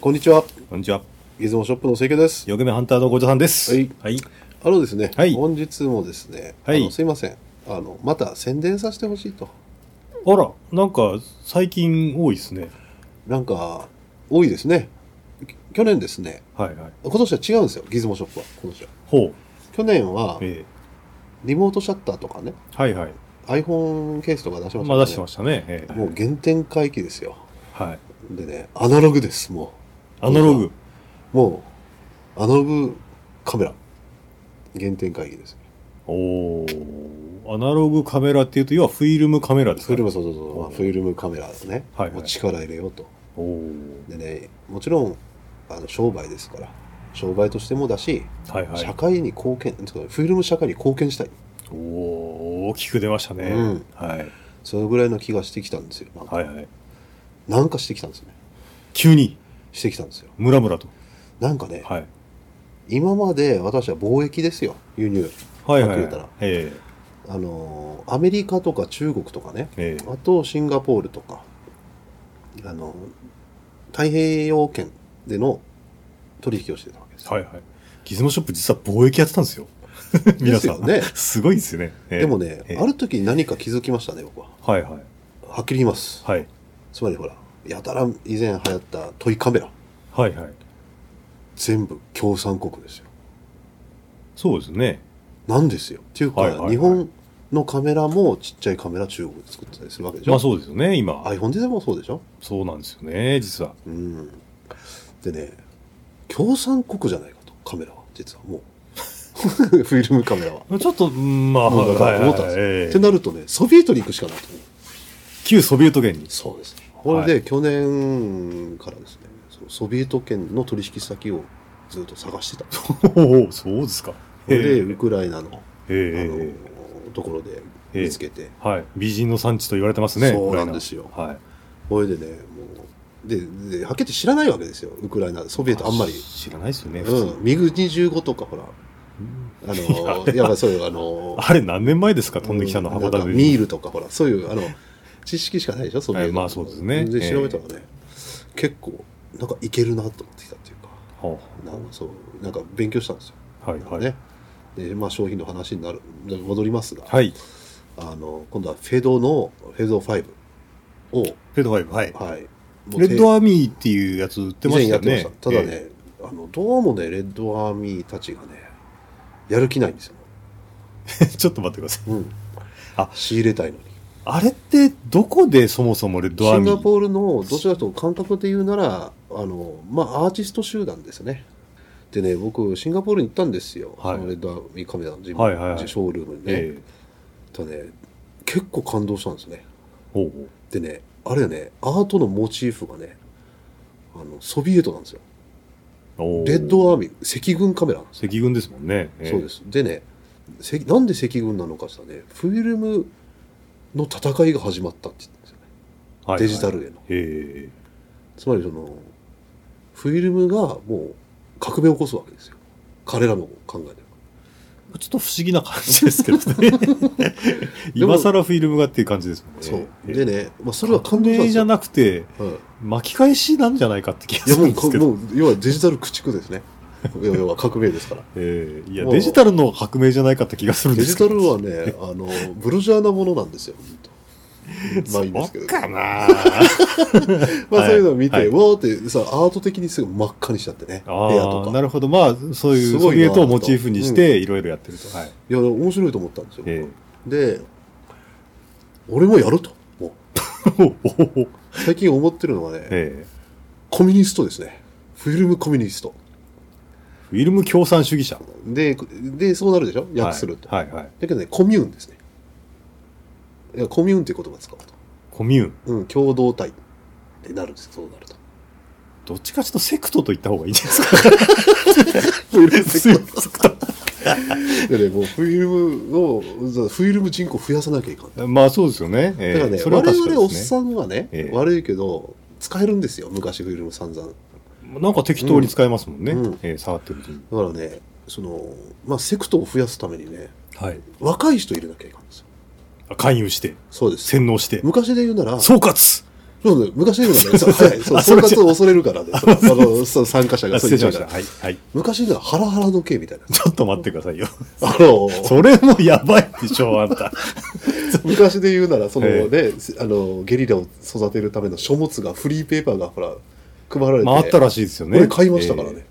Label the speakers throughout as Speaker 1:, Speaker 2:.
Speaker 1: こんにちは。
Speaker 2: こんにちは。
Speaker 1: 出雲ショップの清家です。
Speaker 2: よくめハンターのごじょさんです。
Speaker 1: はい
Speaker 2: はい。
Speaker 1: あのですね、
Speaker 2: はい
Speaker 1: 本日もですね、
Speaker 2: はい
Speaker 1: あのすいません。あの、また宣伝させてほしいと。
Speaker 2: あら、なんか、最近多いですね。
Speaker 1: なんか、多いですね。き去年ですね、
Speaker 2: はいはい。
Speaker 1: 今年は違うんですよ、ギズモショップは。今年は。
Speaker 2: ほう。
Speaker 1: 去年は、
Speaker 2: え
Speaker 1: リモートシャッターとかね、
Speaker 2: えはいはい。
Speaker 1: iPhone ケースとか出しました、ね。
Speaker 2: まあ出してましたね。ええ
Speaker 1: もう原点回帰ですよ。
Speaker 2: はい。
Speaker 1: でね、アナログです、も
Speaker 2: アナログ。
Speaker 1: う。もう、アナログカメラ。原点回帰です。
Speaker 2: おーアナログカメラっていうと、要はフィルムカメラです
Speaker 1: フ
Speaker 2: か
Speaker 1: ィルム、そうそうそう、まあ
Speaker 2: うん
Speaker 1: フィルムカメラですね。
Speaker 2: はいはい
Speaker 1: もう力入れようと。
Speaker 2: おー
Speaker 1: でね、もちろん、あの商売ですから、商売としてもだし、
Speaker 2: はいはい。
Speaker 1: 社会に貢献、つまりフィルム社会に貢献したい。
Speaker 2: おー大きく出ましたね。
Speaker 1: うん
Speaker 2: はい。
Speaker 1: そのぐらいの気がしてきたんですよ。なんか,、
Speaker 2: はいはい。
Speaker 1: なんかしてきたんですよね。
Speaker 2: 急に、
Speaker 1: してきたんですよ。
Speaker 2: ムラムラと。
Speaker 1: なんかね、
Speaker 2: はい。
Speaker 1: 今まで私は貿易ですよ、輸入。
Speaker 2: はいはい
Speaker 1: 隠れたら。
Speaker 2: え
Speaker 1: あのー、アメリカとか中国とかね、
Speaker 2: えええ
Speaker 1: あとシンガポールとか、あのー、太平洋圏での取引をしてたわけです。
Speaker 2: はいはい。ギズモショップ実は貿易やってたんですよ。 皆さん。
Speaker 1: ですよね
Speaker 2: すごいですよね。ええ
Speaker 1: でもね、
Speaker 2: ええ
Speaker 1: ある時に何か気づきましたね、僕は。
Speaker 2: はいはい。
Speaker 1: はっきり言います。
Speaker 2: はい。
Speaker 1: つまりほら、やたら以前流行ったトイカメラ、
Speaker 2: はいはい。
Speaker 1: 全部共産国ですよ。
Speaker 2: そうですね。
Speaker 1: なんですよ。っていうか、
Speaker 2: はいはいはい
Speaker 1: 日本のカメラもちっちゃいカメラ中国で作ってたりするわけでしょ。
Speaker 2: まあそうですよね、今。
Speaker 1: iPhone でもそうでしょ。
Speaker 2: そうなんですよね、実は。
Speaker 1: うん。でね、共産国じゃないかと、カメラは、実はもう。 フィルムカメラは。
Speaker 2: ちょっと、うん まあ、
Speaker 1: もうだか
Speaker 2: はい
Speaker 1: ら
Speaker 2: はい
Speaker 1: 思ったん
Speaker 2: は
Speaker 1: で
Speaker 2: い
Speaker 1: すよ
Speaker 2: え
Speaker 1: っ
Speaker 2: え
Speaker 1: てなるとね、ソビエトに行くしかないと思う。
Speaker 2: 旧ソビエト圏に。
Speaker 1: そうです。これで去年からですね、そのソビエト圏の取引先をずっと探してた。
Speaker 2: おお、そうですか。
Speaker 1: それで
Speaker 2: え
Speaker 1: ウクライナの,、
Speaker 2: ええ
Speaker 1: あのところで見つけて、
Speaker 2: えはい。美人の産地と言われてますね。
Speaker 1: そうなん
Speaker 2: ウクライナ
Speaker 1: ですよ
Speaker 2: はい。
Speaker 1: これでねもうでではっきり知らないわけですよウクライナソビエトあんまり、
Speaker 2: 知らないですよね、普通
Speaker 1: うん、ミグ25とかほらあのやっぱそういうあの
Speaker 2: あれ何年前ですか、飛んできたの、
Speaker 1: な
Speaker 2: 函
Speaker 1: んか
Speaker 2: 館
Speaker 1: ミ
Speaker 2: に。
Speaker 1: ールとかほらそういうあの知識しかないでしょソビエト
Speaker 2: ええまあそうですね
Speaker 1: で調べたらね、結構なんかいけるなと思ってきたっていうか
Speaker 2: は
Speaker 1: なんかそうなんか勉強したんですよ、
Speaker 2: あはいはい。
Speaker 1: ねでまあ商品の話になる戻りますが、
Speaker 2: はい。
Speaker 1: あの今度はフェドのフェド5を、
Speaker 2: レッドファイブ。はい。
Speaker 1: はい、
Speaker 2: レッドアーミーっていうやつ売ってましたよ
Speaker 1: 以前や
Speaker 2: ね
Speaker 1: ってま。したただね、
Speaker 2: え
Speaker 1: あのどうもねレッドアーミーたちがねやる気ないんですよ、
Speaker 2: え、ちょっと待ってください。
Speaker 1: うん、
Speaker 2: あ
Speaker 1: 仕入れたいのに
Speaker 2: あれってどこでそもそもレッドア
Speaker 1: シ
Speaker 2: ー
Speaker 1: ン
Speaker 2: ミ
Speaker 1: ガ
Speaker 2: ー
Speaker 1: ポールのどちらかというと感覚で言うならあのまあアーティスト集団ですねでね僕シンガポールに行ったんですよ、
Speaker 2: はい
Speaker 1: そのレッドアーミーカメラのジム、
Speaker 2: はいはいはい
Speaker 1: ショールームにね、
Speaker 2: ええ
Speaker 1: とね結構感動したんですね
Speaker 2: おうおう
Speaker 1: でねあれねアートのモチーフがねあのソビエトなんですよ
Speaker 2: おー
Speaker 1: レッドアーミー赤軍カメラなんです
Speaker 2: 赤軍ですもんね。ええ
Speaker 1: そうですでねせなんで赤軍なのかって言ったらねフィルムの戦いが始まったって言うんですよね
Speaker 2: はいは
Speaker 1: デ
Speaker 2: い
Speaker 1: ジタルへの
Speaker 2: ええ
Speaker 1: つまりそのフィルムがもう革命を起こすわけですよ彼らの考えでは
Speaker 2: ちょっと不思議な感じですけどね。 今更フィルムがっていう感じですもんね。
Speaker 1: そう
Speaker 2: ええ
Speaker 1: でね、まあ、それは感
Speaker 2: 革
Speaker 1: 動したん
Speaker 2: 命
Speaker 1: です
Speaker 2: じゃ
Speaker 1: よ
Speaker 2: なくて、
Speaker 1: うん
Speaker 2: 巻き返しなんじゃないかって気が
Speaker 1: い
Speaker 2: す
Speaker 1: やもう
Speaker 2: る
Speaker 1: ん
Speaker 2: です
Speaker 1: こ
Speaker 2: けど。
Speaker 1: もう要はデジタル駆逐ですね要要は革命です から
Speaker 2: ええいや、
Speaker 1: もう
Speaker 2: デジタルの革命じゃないかって気がするん
Speaker 1: デ
Speaker 2: です
Speaker 1: ジ
Speaker 2: け
Speaker 1: タ
Speaker 2: ど。
Speaker 1: ルはね、あの、ブルジャーなものなん ですよ、本当まあいいんですけど。
Speaker 2: そうかな
Speaker 1: まあそういうのを見て、
Speaker 2: はいは
Speaker 1: わーってさ、アート的にすぐ真っ赤にしちゃってね、 部屋と
Speaker 2: ああ、
Speaker 1: か。
Speaker 2: なるほど。まあ、そうい
Speaker 1: す
Speaker 2: う
Speaker 1: ご
Speaker 2: ソ
Speaker 1: いな
Speaker 2: ビエトをモチーフにして、いろいろやってると。はい。
Speaker 1: いや、面白いと思ったんですよ。
Speaker 2: え
Speaker 1: で、俺もやると。もう
Speaker 2: えお おお
Speaker 1: 最近思ってるのはね、
Speaker 2: ええ
Speaker 1: コミュニストですね。フィルムコミュニスト。
Speaker 2: フィルム共産主義者。
Speaker 1: で、で、そうなるでしょ訳すると。
Speaker 2: はい、はい、はい。
Speaker 1: だけどね、コミューンですね。いやコミューンっていう言葉使うと。
Speaker 2: コミューン。
Speaker 1: うん、共同体ってなるんですそうなると。
Speaker 2: どっちかちょっとセクトと言った方がいいんじゃないですか。
Speaker 1: フィルム
Speaker 2: セクト。
Speaker 1: でね、もうフィルムを、フィルム人口増やさなきゃいかん。だ
Speaker 2: まあそうですよね。ええ
Speaker 1: からね、
Speaker 2: それは
Speaker 1: 我
Speaker 2: 確かですね
Speaker 1: 々おっさんはね、
Speaker 2: ええ
Speaker 1: 悪いけど、使えるんですよ、昔フィルム散々。だ
Speaker 2: なんか適当に使えますもんね。
Speaker 1: うん
Speaker 2: ええ触ってるうちに。
Speaker 1: からね、その、まあ、セクトを増やすためにね、
Speaker 2: はい。
Speaker 1: 若い人入れなきゃいかんですよ。
Speaker 2: 勧誘して、
Speaker 1: そうです。
Speaker 2: 洗脳して、
Speaker 1: 昔で言うなら、
Speaker 2: 総括
Speaker 1: そうそう、昔のがね、そう早い。そう、
Speaker 2: あそれ
Speaker 1: 総括を恐れるからで、そうあの、そう参加者が
Speaker 2: あ
Speaker 1: そ
Speaker 2: 失
Speaker 1: う言っ
Speaker 2: 礼
Speaker 1: ち
Speaker 2: し
Speaker 1: ゃ
Speaker 2: ま
Speaker 1: う
Speaker 2: し
Speaker 1: か
Speaker 2: た。
Speaker 1: ら。
Speaker 2: はい。はい。
Speaker 1: 昔のはハラハラの刑みたいな。
Speaker 2: ちょっと待ってく ださいよ。
Speaker 1: あの、
Speaker 2: それもやばいでしょ、あん た。
Speaker 1: 昔で言うなら、その
Speaker 2: え
Speaker 1: ね、あの、ゲリラを育てるための書物が、フリーペーパーが、ほら、配られて。
Speaker 2: 回ったらしいですよね。
Speaker 1: 俺買いましたからね。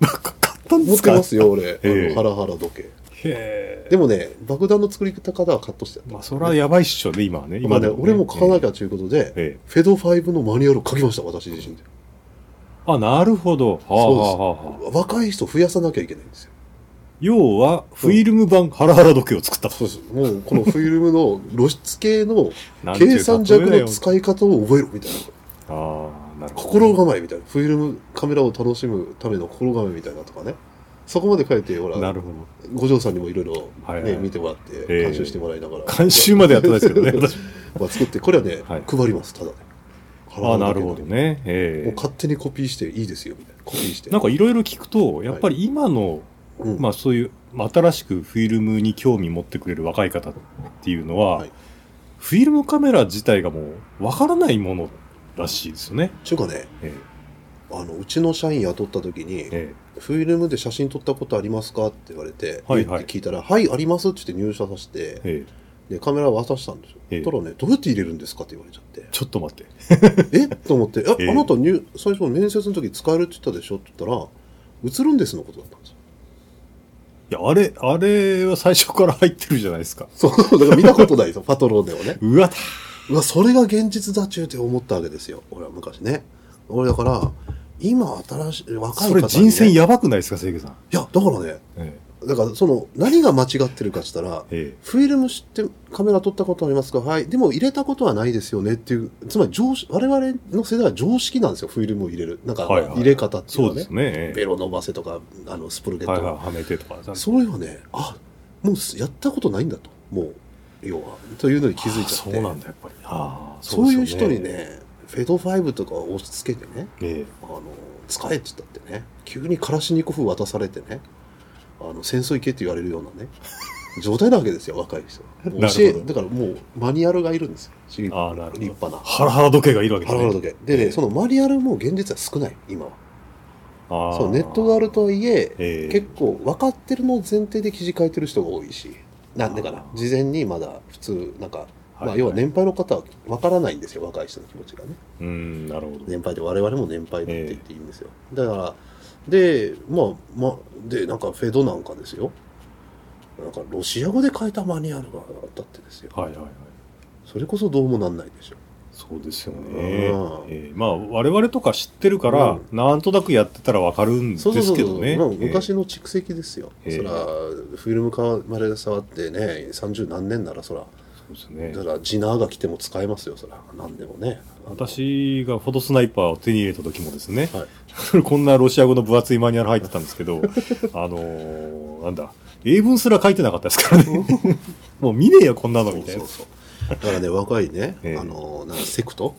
Speaker 2: えー。なんか買ったんで
Speaker 1: 持っ
Speaker 2: すか
Speaker 1: てますよ、俺。あ
Speaker 2: え
Speaker 1: の
Speaker 2: え
Speaker 1: ハラハラ時計。
Speaker 2: へえ。
Speaker 1: でもね、爆弾の作り方はカットしてあった。
Speaker 2: まあ、それはやばいっしょね、今はね。
Speaker 1: 今
Speaker 2: 今
Speaker 1: ね、
Speaker 2: で
Speaker 1: 俺も書かなき
Speaker 2: ゃ。
Speaker 1: ゃということで、
Speaker 2: ええ
Speaker 1: フェド5のマニュアルを書きました、私自身で。
Speaker 2: あ、なるほど。はあ、はあ、はあはあ。
Speaker 1: 若い人増やさなきゃいけないんですよ。
Speaker 2: 要は、フィルム版ハラハラ時計を作ったと。
Speaker 1: そうです。もう、このフィルムの露出系の
Speaker 2: なんていう
Speaker 1: 計算弱の使い方を覚えろ、みたいな。
Speaker 2: ああ、なるほど。
Speaker 1: 心構えみたいな。フィルムカメラを楽しむための心構えみたいなとかね。そこまで書いて、ほ
Speaker 2: な
Speaker 1: ら、
Speaker 2: るほど。
Speaker 1: 五条さんにもいろいろ
Speaker 2: はいはい
Speaker 1: ね、見てもらっ
Speaker 2: ええ
Speaker 1: て、監修してもらいながら。
Speaker 2: 監修までやってないですけどね、 私。
Speaker 1: まあ作って、これはね、
Speaker 2: はい
Speaker 1: 配ります、ただね。
Speaker 2: ああ、なるほど。ね。え
Speaker 1: もう
Speaker 2: え
Speaker 1: 勝手にコピーしていいですよ、みたいな。コピーして。
Speaker 2: なんかいろいろ聞くと、やっぱり今の、
Speaker 1: うん、
Speaker 2: まあそういう、まあ新しくフィルムに興味持ってくれる若い方っていうのは、
Speaker 1: はい
Speaker 2: フィルムカメラ自体がもうわからないものらしいですよね。
Speaker 1: ちゅうかね、
Speaker 2: え
Speaker 1: あのうちの社員雇った時に、
Speaker 2: ええ
Speaker 1: フィルムで写真撮ったことありますかって言われて、
Speaker 2: はいは
Speaker 1: 言
Speaker 2: い
Speaker 1: って聞いたら、はい、ありますって言って入社させ
Speaker 2: え
Speaker 1: て、
Speaker 2: ええ
Speaker 1: で、カメラ渡したんですよ。
Speaker 2: ええ
Speaker 1: たらね、どうやって入れるんですかって言われちゃって、
Speaker 2: ちょっと待って。
Speaker 1: えと思って、あ
Speaker 2: ええ
Speaker 1: あなた入、最初の面接の時使えるって言ったでしょって言ったら、映るんですのことだったんですよ。
Speaker 2: いや、あれ、あれは最初から入ってるじゃないですか。
Speaker 1: そう、だから見たことないと、パトローネをね。
Speaker 2: うわ、
Speaker 1: うわ、それが現実だっちゅうって思ったわけですよ。俺は昔ね。俺だから、今新しい、若い
Speaker 2: そ
Speaker 1: 方に、
Speaker 2: れ
Speaker 1: ね。
Speaker 2: 人選
Speaker 1: い
Speaker 2: やばくないですか、清家さん。
Speaker 1: や、だからね、
Speaker 2: え
Speaker 1: だからその、何が間違ってるかしたら、
Speaker 2: ええ
Speaker 1: フィルム知ってカメラ撮ったことありますかはい。でも入れたことはないですよねっていう、つまり常識、我々の世代は常識なんですよ、フィルムを入れる。なんか、
Speaker 2: はいはい
Speaker 1: 入れ方っていうのは
Speaker 2: そう
Speaker 1: ね。
Speaker 2: ですね。え
Speaker 1: ベロ伸ばせとか、あの、スプルゲッ
Speaker 2: え
Speaker 1: ト
Speaker 2: は
Speaker 1: と
Speaker 2: い
Speaker 1: か。
Speaker 2: はい、はめてとか。
Speaker 1: それはね、あ、もうやったことないんだと。もう、要は。というのに気づいちゃって。
Speaker 2: あそうなんだ、やっぱり。ああ、
Speaker 1: そういう
Speaker 2: です
Speaker 1: 人
Speaker 2: よ
Speaker 1: に。ね、フェド5とかを押し付けてね、
Speaker 2: ええ
Speaker 1: あの、使えって言ったってね、急にカラシニコフ渡されてね、あの、戦争行けって言われるようなね、状態なわけですよ、若い人。もう
Speaker 2: なるほ
Speaker 1: 教
Speaker 2: ど
Speaker 1: え、だからもうマニュアルがいるんですよ、し立
Speaker 2: ああ、なるほど。
Speaker 1: 派な。
Speaker 2: ハラハラ時計がいるわけで
Speaker 1: ハ
Speaker 2: す
Speaker 1: ラ
Speaker 2: ね。
Speaker 1: ハラ時計。で
Speaker 2: え
Speaker 1: ね、
Speaker 2: え
Speaker 1: そのマニュアルも現実は少ない、今は。
Speaker 2: ああ
Speaker 1: そう、ネットがあるとはいえ、
Speaker 2: ええ
Speaker 1: 結構分かってるのを前提で記事書いてる人が多いし、なんでかな
Speaker 2: あ、ー
Speaker 1: 事前にまだ普通、なんか、
Speaker 2: い
Speaker 1: ま
Speaker 2: は
Speaker 1: あ、
Speaker 2: い
Speaker 1: 要は年配の方は分からないんですよ、若い人の気持ちがね。
Speaker 2: うん、なるほど。
Speaker 1: 年配で我々も年配だって言っていいんですよ、だからでまあまあでなんかフェドなんかですよなんかロシア語で書いたマニュアルがあったってですよ
Speaker 2: はいはいはい。
Speaker 1: それこそどうもなんないでしょ
Speaker 2: そうですよね。
Speaker 1: うん
Speaker 2: ええまあ、我々とか知ってるから、
Speaker 1: うん
Speaker 2: なんとなくやってたらわかるんで
Speaker 1: そうそう
Speaker 2: す
Speaker 1: そう
Speaker 2: け
Speaker 1: そ
Speaker 2: ど
Speaker 1: う、
Speaker 2: ね。
Speaker 1: まあ
Speaker 2: ええ
Speaker 1: 昔の蓄積ですよ、
Speaker 2: ええ
Speaker 1: そらフィルムカメラで触ってね30何年ならそら
Speaker 2: そうですね。
Speaker 1: だからジナーが来ても使えますよそら何でもね
Speaker 2: 私がフォトスナイパーを手に入れた時もですね、
Speaker 1: はい
Speaker 2: こんなロシア語の分厚いマニュアル入ってたんです けど、あのーなんだ、英文すら書いてなかったですか らね。もう見ねえよ、こんなの、みたいな。
Speaker 1: そうそうそうだからね若いね、
Speaker 2: ええ
Speaker 1: あのなんかセクト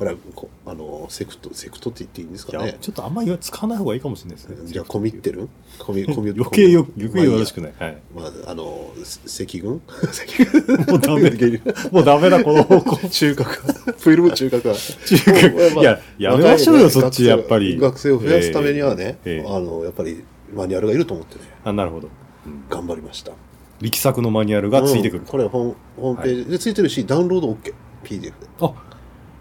Speaker 1: ほらこあのセクトセクトって言っていいんですか
Speaker 2: いや
Speaker 1: ね
Speaker 2: ちょっとあんまり使わない方がいいかもしれないですね。
Speaker 1: じゃあ、コミってるコミ、コミ
Speaker 2: 余計よ、余計よろしく
Speaker 1: ね。
Speaker 2: ない。はい。
Speaker 1: まあ、あの、せ赤 軍赤軍
Speaker 2: もうダメだ。もうダメだ、この方向。
Speaker 1: 中核フィルム中核
Speaker 2: 中
Speaker 1: ま
Speaker 2: 学。
Speaker 1: あ
Speaker 2: いや、やめましょうよ、そっち、やっぱり。
Speaker 1: 学生を増やすためにはね、
Speaker 2: ええええ
Speaker 1: あの、やっぱりマニュアルがいると思ってね、
Speaker 2: あ、なるほど。うん
Speaker 1: 頑張りました。
Speaker 2: 力作のマニュアルがついてく
Speaker 1: う
Speaker 2: る
Speaker 1: ん。これホーム、ホームページでついてるし、ダウンロード OK。PDF で。だか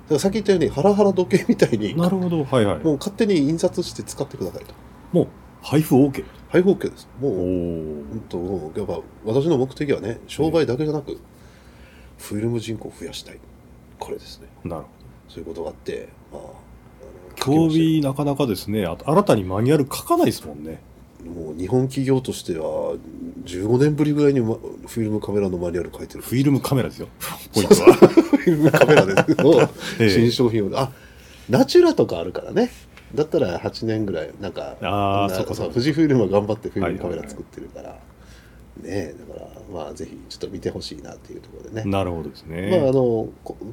Speaker 2: あ、
Speaker 1: らさっき言ったように、ハラハラ時計みたいに、
Speaker 2: な
Speaker 1: も
Speaker 2: るほど。はいはい。
Speaker 1: う勝手に印刷して使ってくださいと。
Speaker 2: もう、配布 OK。
Speaker 1: 配布 OK です。も
Speaker 2: お
Speaker 1: う、うん
Speaker 2: ー。
Speaker 1: と、やっぱ私の目的はね、商売だけじゃなく、フィルム人口を増やしたい。これですね。
Speaker 2: なるほど。
Speaker 1: そういうことがあって、まあ、あ
Speaker 2: 競
Speaker 1: の
Speaker 2: 技なかなかですね、あと新たにマニュアル書かないですもんね。
Speaker 1: もう日本企業としては、15年ぶりぐらいにまフィルムカメラのマニュアル書いてる。
Speaker 2: フィルムカメラですよ。ポイント は。
Speaker 1: フィルムカメラですの
Speaker 2: ええ
Speaker 1: 新商品を。あ、ナチュラとかあるからね。だったら8年ぐらい、なんか、
Speaker 2: あー
Speaker 1: な
Speaker 2: そっかそっか
Speaker 1: 富士フィルムは頑張ってフィルムカメラ作ってるから、ねえだから、まあ、ぜひちょっと見てほしいなっていうところでね。
Speaker 2: なるほどです
Speaker 1: まああ
Speaker 2: ね。
Speaker 1: のこ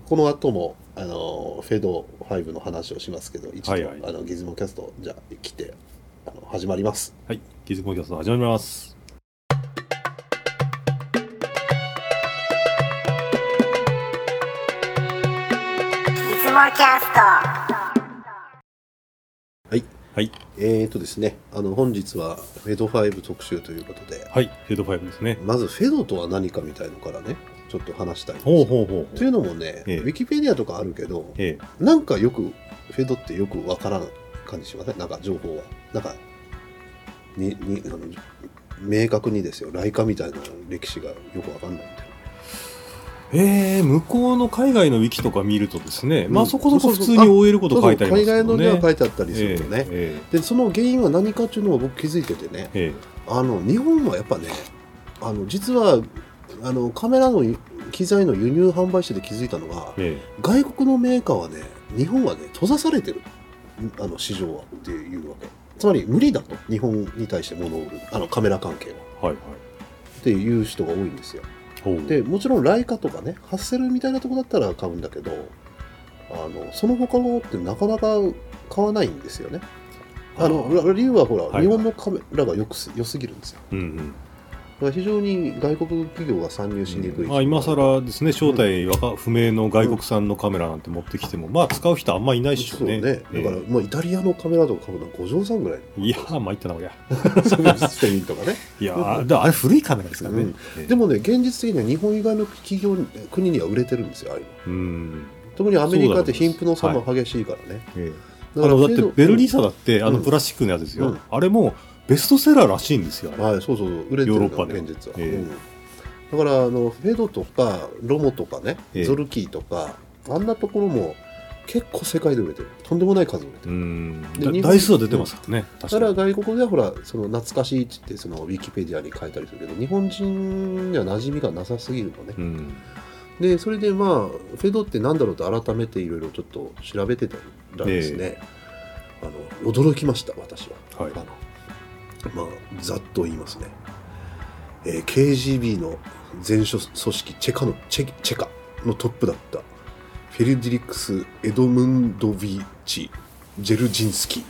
Speaker 1: この後もあのフェド5の話をしますけど一度、
Speaker 2: はいはい
Speaker 1: あのギズモキャストじゃあ来てあの始まります
Speaker 2: はい。ギズモキャスト始まります。
Speaker 3: いつもモキャスト
Speaker 1: はい。
Speaker 2: はい。
Speaker 1: えーとですね、あの、本日はフェド5特集ということで、
Speaker 2: はい。フェード5ですね。
Speaker 1: まずフェドとは何かみたいのからね、ちょっと話したいんですよ
Speaker 2: ほうほうほうほ。
Speaker 1: といううのもね、
Speaker 2: ええ
Speaker 1: ウィキペディアとかあるけど、
Speaker 2: ええ。
Speaker 1: なんかよく、フェドってよくわからん感じしませんなんか情報は。なんか、に、に、あの、明確にですよ、来華みたいな歴史がよくわかんないみたいな。
Speaker 2: えー、向こうの海外のウィキとか見るとですね、ま
Speaker 1: う
Speaker 2: あ
Speaker 1: ん
Speaker 2: そこそこ普通に
Speaker 1: そうそう
Speaker 2: OL こと書いてありま
Speaker 1: 海
Speaker 2: すけ
Speaker 1: 外
Speaker 2: ど
Speaker 1: の
Speaker 2: ね。
Speaker 1: では書いてあったりす
Speaker 2: え
Speaker 1: る
Speaker 2: え
Speaker 1: とね。
Speaker 2: え
Speaker 1: で、その原因は何かっていうのを僕気づいててね、
Speaker 2: ええ
Speaker 1: あの、日本はやっぱね、あの、実は、あの、カメラの機材の輸入販売してて気づいたのが
Speaker 2: え、ええ
Speaker 1: 外国のメーカーはね、日本はね、閉ざされてる、あの市場はっていうわけ。つまり無理だと、日本に対して物を売る、あのカメラ関係は。
Speaker 2: はいはい。
Speaker 1: っていう人が多いんですよ。
Speaker 2: ほう
Speaker 1: で、もちろんライカとかね、ハッセルみたいなとこだったら買うんだけど、あのその他のってなかなか買わないんですよね。あの
Speaker 2: あ
Speaker 1: 理由はほら、
Speaker 2: はい
Speaker 1: 日本のカメラがよくす良すぎるんですよ。
Speaker 2: うんうん。
Speaker 1: だから非常に外国企業が参入しにくい。
Speaker 2: まあ、今更ですね、正体わか不明の外国産のカメラなんて持ってきても、まあ、使う人あんまいないでし
Speaker 1: そ
Speaker 2: ょ
Speaker 1: う
Speaker 2: う
Speaker 1: ね。
Speaker 2: ね。
Speaker 1: だから、
Speaker 2: え
Speaker 1: まあ、イタリアのカメラとか買うのは五条さんぐらい。
Speaker 2: えいやー、参ったな、こりゃ。
Speaker 1: スペインとかね。
Speaker 2: いやー、だあれ古いカメラですからね。
Speaker 1: うん
Speaker 2: ええ
Speaker 1: で、もね、現実的には日本以外の企業に国には売れてるんですよ、ああいうの
Speaker 2: うん。
Speaker 1: 特にアメリカって
Speaker 2: そうだと思い
Speaker 1: 貧
Speaker 2: ます
Speaker 1: 富の差も激しいからね。
Speaker 2: ええ
Speaker 1: か
Speaker 2: あ
Speaker 1: ら
Speaker 2: のだってベルリーサだって、あ
Speaker 1: う
Speaker 2: の
Speaker 1: ん
Speaker 2: プラスチックのやつです
Speaker 1: う
Speaker 2: よ、
Speaker 1: ん
Speaker 2: あれもベストセラーらしいんですよ、あれ
Speaker 1: はい、そうそうそう、売れてるの
Speaker 2: ヨーロッパで
Speaker 1: 現実は。
Speaker 2: ええ
Speaker 1: うんだからあの、フェドとか、ロモとかね、
Speaker 2: ええ
Speaker 1: ゾルキーとか、あんなところも結構世界で売れてる。とんでもない数売れて
Speaker 2: う
Speaker 1: る。
Speaker 2: ん
Speaker 1: で
Speaker 2: だ
Speaker 1: 日本
Speaker 2: 台数は出てますからね、
Speaker 1: だ
Speaker 2: 確
Speaker 1: か
Speaker 2: からに。
Speaker 1: 外国ではほら、その懐かしいって言って、そのウィキペディアに書いたりするけど、日本人には馴染みがなさすぎるのね。
Speaker 2: うん
Speaker 1: で、それでまあ、フェドってなんだろうと改めていろいろちょっと調べてたらですね、あの驚きました、私は。
Speaker 2: はい
Speaker 1: あのまあ、ざっと言いますね。えー KGB の前所組織チェカの、チェチェカのトップだった、フェルディリックス・エドムンドビッチ・ジェルジンスキ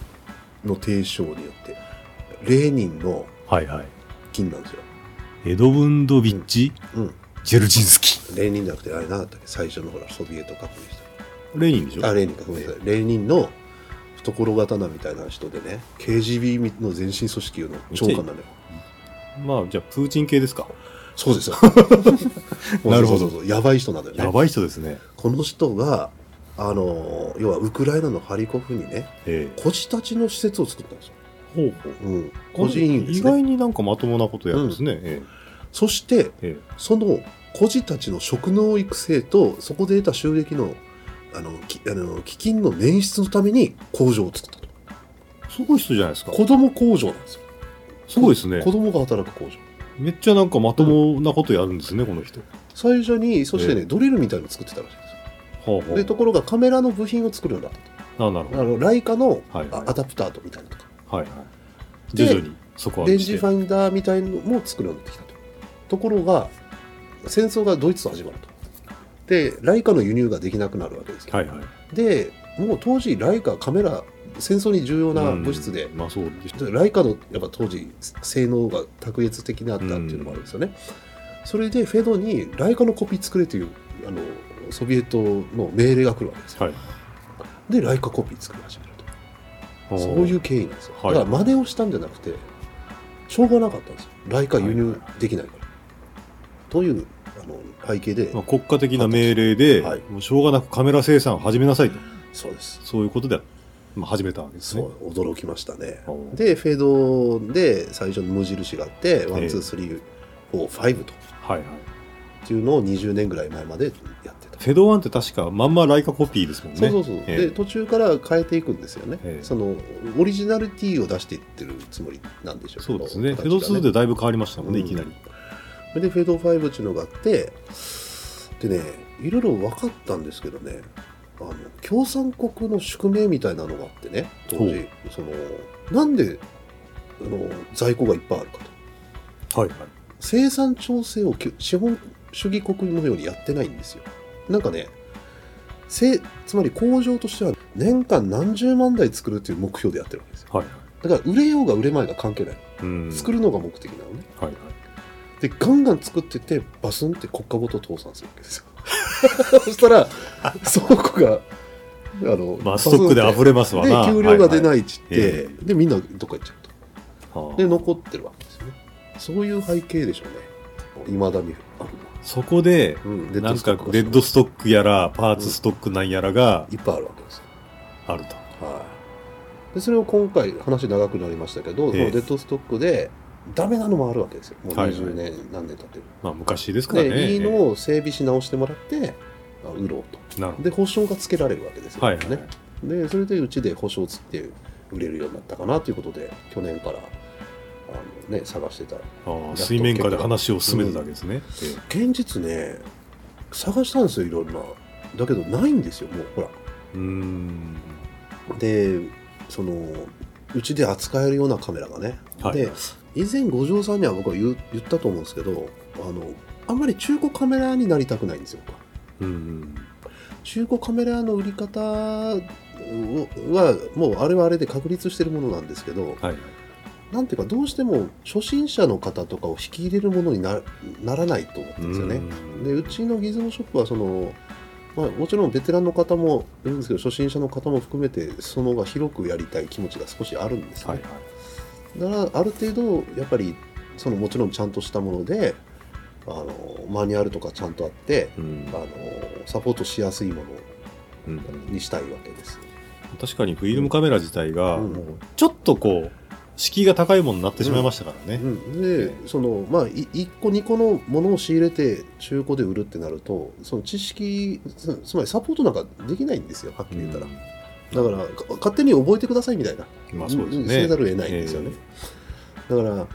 Speaker 1: ーの提唱によって、レーニンの
Speaker 2: はいはい、
Speaker 1: 金なんですよ。
Speaker 2: エドブンドビッチ、
Speaker 1: うん。
Speaker 2: ジェルジンスキ
Speaker 1: レーニンじゃなくて、あれなんだったっけ最初のほら、ソビエト革命した。
Speaker 2: ー、レーニンでしょ、
Speaker 1: あレーニンかごめんなさいレーニンの懐刀みたいな人でね KGB の前身組織の長官なのよ
Speaker 2: まあ、じゃあ、プーチン系ですか、
Speaker 1: そう ですよ
Speaker 2: なるほ
Speaker 1: そ
Speaker 2: ど
Speaker 1: うそうそうやばい人なのよ
Speaker 2: や
Speaker 1: ね
Speaker 2: ばい人ですね、
Speaker 1: この人があの要はウクライナのハリコフにね
Speaker 2: ええ
Speaker 1: 孤児たちの施設を作ったんですよ、
Speaker 2: ほうほう
Speaker 1: うん、孤児院で
Speaker 2: 意
Speaker 1: す
Speaker 2: 外
Speaker 1: ね
Speaker 2: になんかまともなことやるんですね、え
Speaker 1: そして
Speaker 2: ええ
Speaker 1: その孤児たちの職能育成とそこで得た収益のあのきあの基金の捻出のために工場を作ったと
Speaker 2: えすごい人じゃないですか、
Speaker 1: 子供工場なんですよ
Speaker 2: すごいですね
Speaker 1: 子、供が働く工場
Speaker 2: めっちゃなんかまともなことやるんですね、この人。は
Speaker 1: 最初にそしてね、
Speaker 2: え
Speaker 1: ドリルみたいの作ってたらしいんです
Speaker 2: あは
Speaker 1: よでところがカメラの部品を作るようになった
Speaker 2: ああなるほ
Speaker 1: とあのライカの、
Speaker 2: はいはい
Speaker 1: あアダプターとみたいなのとか
Speaker 2: ど、はいは
Speaker 1: で
Speaker 2: い、徐々にそこは
Speaker 1: レンジファインダーみたいのも作るようになってきたとところが戦争がドイツと始まるとでライカの輸入ができなくなるわけですけど、
Speaker 2: はいはい
Speaker 1: でもう当時ライカカメラ戦争に重要な
Speaker 2: うん
Speaker 1: 物質で、
Speaker 2: まあそうでしょ
Speaker 1: でライカのやっぱ当時性能が卓越的にあったっていうのもあるんですよね、それでフェドにライカのコピー作れというあのソビエトの命令が来るわけですよ
Speaker 2: はい
Speaker 1: でライカコピー作り始めるとそういうう経緯なんですよ、
Speaker 2: はい
Speaker 1: だから真似をしたんじゃなくてしょうがなかったんですよライカ輸入できないから、というあの背景で、
Speaker 2: まあ、国家的な命令で、
Speaker 1: はい
Speaker 2: もうしょうがなくカメラ生産を始めなさいと、
Speaker 1: そうです
Speaker 2: そういうことで、まあ、始めたわけです
Speaker 1: そ
Speaker 2: ね。
Speaker 1: う驚きましたね
Speaker 2: おう
Speaker 1: でフェドで最初の無印があってワン
Speaker 2: ええ
Speaker 1: ツースリーフォーファイブと
Speaker 2: はいはい。
Speaker 1: っていうのを20年ぐらい前までやってた
Speaker 2: フェドワンって確かまんまライカコピーですもんね。
Speaker 1: そうそうそう、
Speaker 2: ええ
Speaker 1: で途中から変えていくんですよね、
Speaker 2: ええ
Speaker 1: そのオリジナリティを出していってるつもりなんでしょう
Speaker 2: そうですね。
Speaker 1: こ
Speaker 2: フ
Speaker 1: の
Speaker 2: ェ
Speaker 1: 形
Speaker 2: ド
Speaker 1: が
Speaker 2: 2でだいぶ変わりましたもんね、
Speaker 1: うん
Speaker 2: いきなり。
Speaker 1: でフェード5っていうのがあってでねいろいろ分かったんですけどねあの共産国の宿命みたいなのがあってね当
Speaker 2: ほ
Speaker 1: 時そのなんであの在庫がいっぱいあるかと
Speaker 2: はいはい。
Speaker 1: 生産調整をき資本主義国のようにやってないんですよなんかねせつまり工場としては年間何十万台作るという目標でやってるわけですよ
Speaker 2: はいはい。
Speaker 1: だから売れようが売れまいが関係ない
Speaker 2: うん。
Speaker 1: 作るのが目的なのね
Speaker 2: はいはい。
Speaker 1: でガンガン作ってってバ スンって国家ごと倒産するわけですよそしたら倉庫があの
Speaker 2: まあストックで溢れますわな
Speaker 1: で給料が出ないっつって、
Speaker 2: はいはいえ
Speaker 1: でみんなどっか行っちゃう
Speaker 2: は
Speaker 1: と
Speaker 2: あ
Speaker 1: で残ってるわけですよねそういう背景でしょうねいまだにある
Speaker 2: そこで、
Speaker 1: のうん
Speaker 2: なんか
Speaker 1: レ
Speaker 2: レ
Speaker 1: ッ
Speaker 2: ッ
Speaker 1: ド
Speaker 2: ド
Speaker 1: ス
Speaker 2: ストックやら、パーツストックなんやらが
Speaker 1: トックいっぱいあるわけですよ
Speaker 2: あると。
Speaker 1: はい、でそれを今回話長くなりましたけど、
Speaker 2: ええ
Speaker 1: そのデッドストックでダメなのもあるわけですよもう
Speaker 2: はいはい
Speaker 1: 20年、何年経ってる
Speaker 2: まあ昔ですからね。
Speaker 1: で、いいのを整備し直してもらって、あ売ろうと。
Speaker 2: なるほ
Speaker 1: で、保証がつけられるわけですよ
Speaker 2: ど。はい
Speaker 1: ね。
Speaker 2: はい、
Speaker 1: で、それでうちで保証つって売れるようになったかなということで、去年からあの、ね、探してたら、
Speaker 2: ああ水面下で話を進めてたわけですね。え
Speaker 1: 現実ね、探したんですよ、いろんな。だけど、ないんですよ、もう、ほら。
Speaker 2: えうーん。
Speaker 1: で、その、うちで扱えるようなカメラがね。
Speaker 2: はい
Speaker 1: で、以前、五条さんには僕は言う言ったと思うんですけど、あの、あんまり中古カメラになりたくないんですよ、僕は
Speaker 2: うん。
Speaker 1: 中古カメラの売り方はもうあれはあれで確立してるものなんですけど
Speaker 2: はい。
Speaker 1: なんていうかどうしても初心者の方とかを引き入れるものになならないと思ってるんですよね。
Speaker 2: うん
Speaker 1: でうちのギズモショップはその、まあ、もちろんベテランの方もいるんですけど初心者の方も含めてそのが広くやりたい気持ちが少しあるんですよ
Speaker 2: はい
Speaker 1: ね
Speaker 2: はい。
Speaker 1: だからある程度やっぱりそのもちろんちゃんとしたものであのマニュアルとかちゃんとあって
Speaker 2: うん
Speaker 1: あのサポートしやすいもの
Speaker 2: うん
Speaker 1: にしたいわけです。
Speaker 2: 確かにフィルムカメラ自体が、
Speaker 1: うん
Speaker 2: もうちょっとこう、敷居が高いものになってしまいましたからね。
Speaker 1: うん、で、そのまあい1個2個のものを仕入れて中古で売るってなるとその知識つつまりサポートなんかできないんですよはっきり言ったら、だからか勝手に覚えてくださいみたいな、
Speaker 2: ら、まあそうです
Speaker 1: ん
Speaker 2: ね。
Speaker 1: せざるを得ないんですよね、だから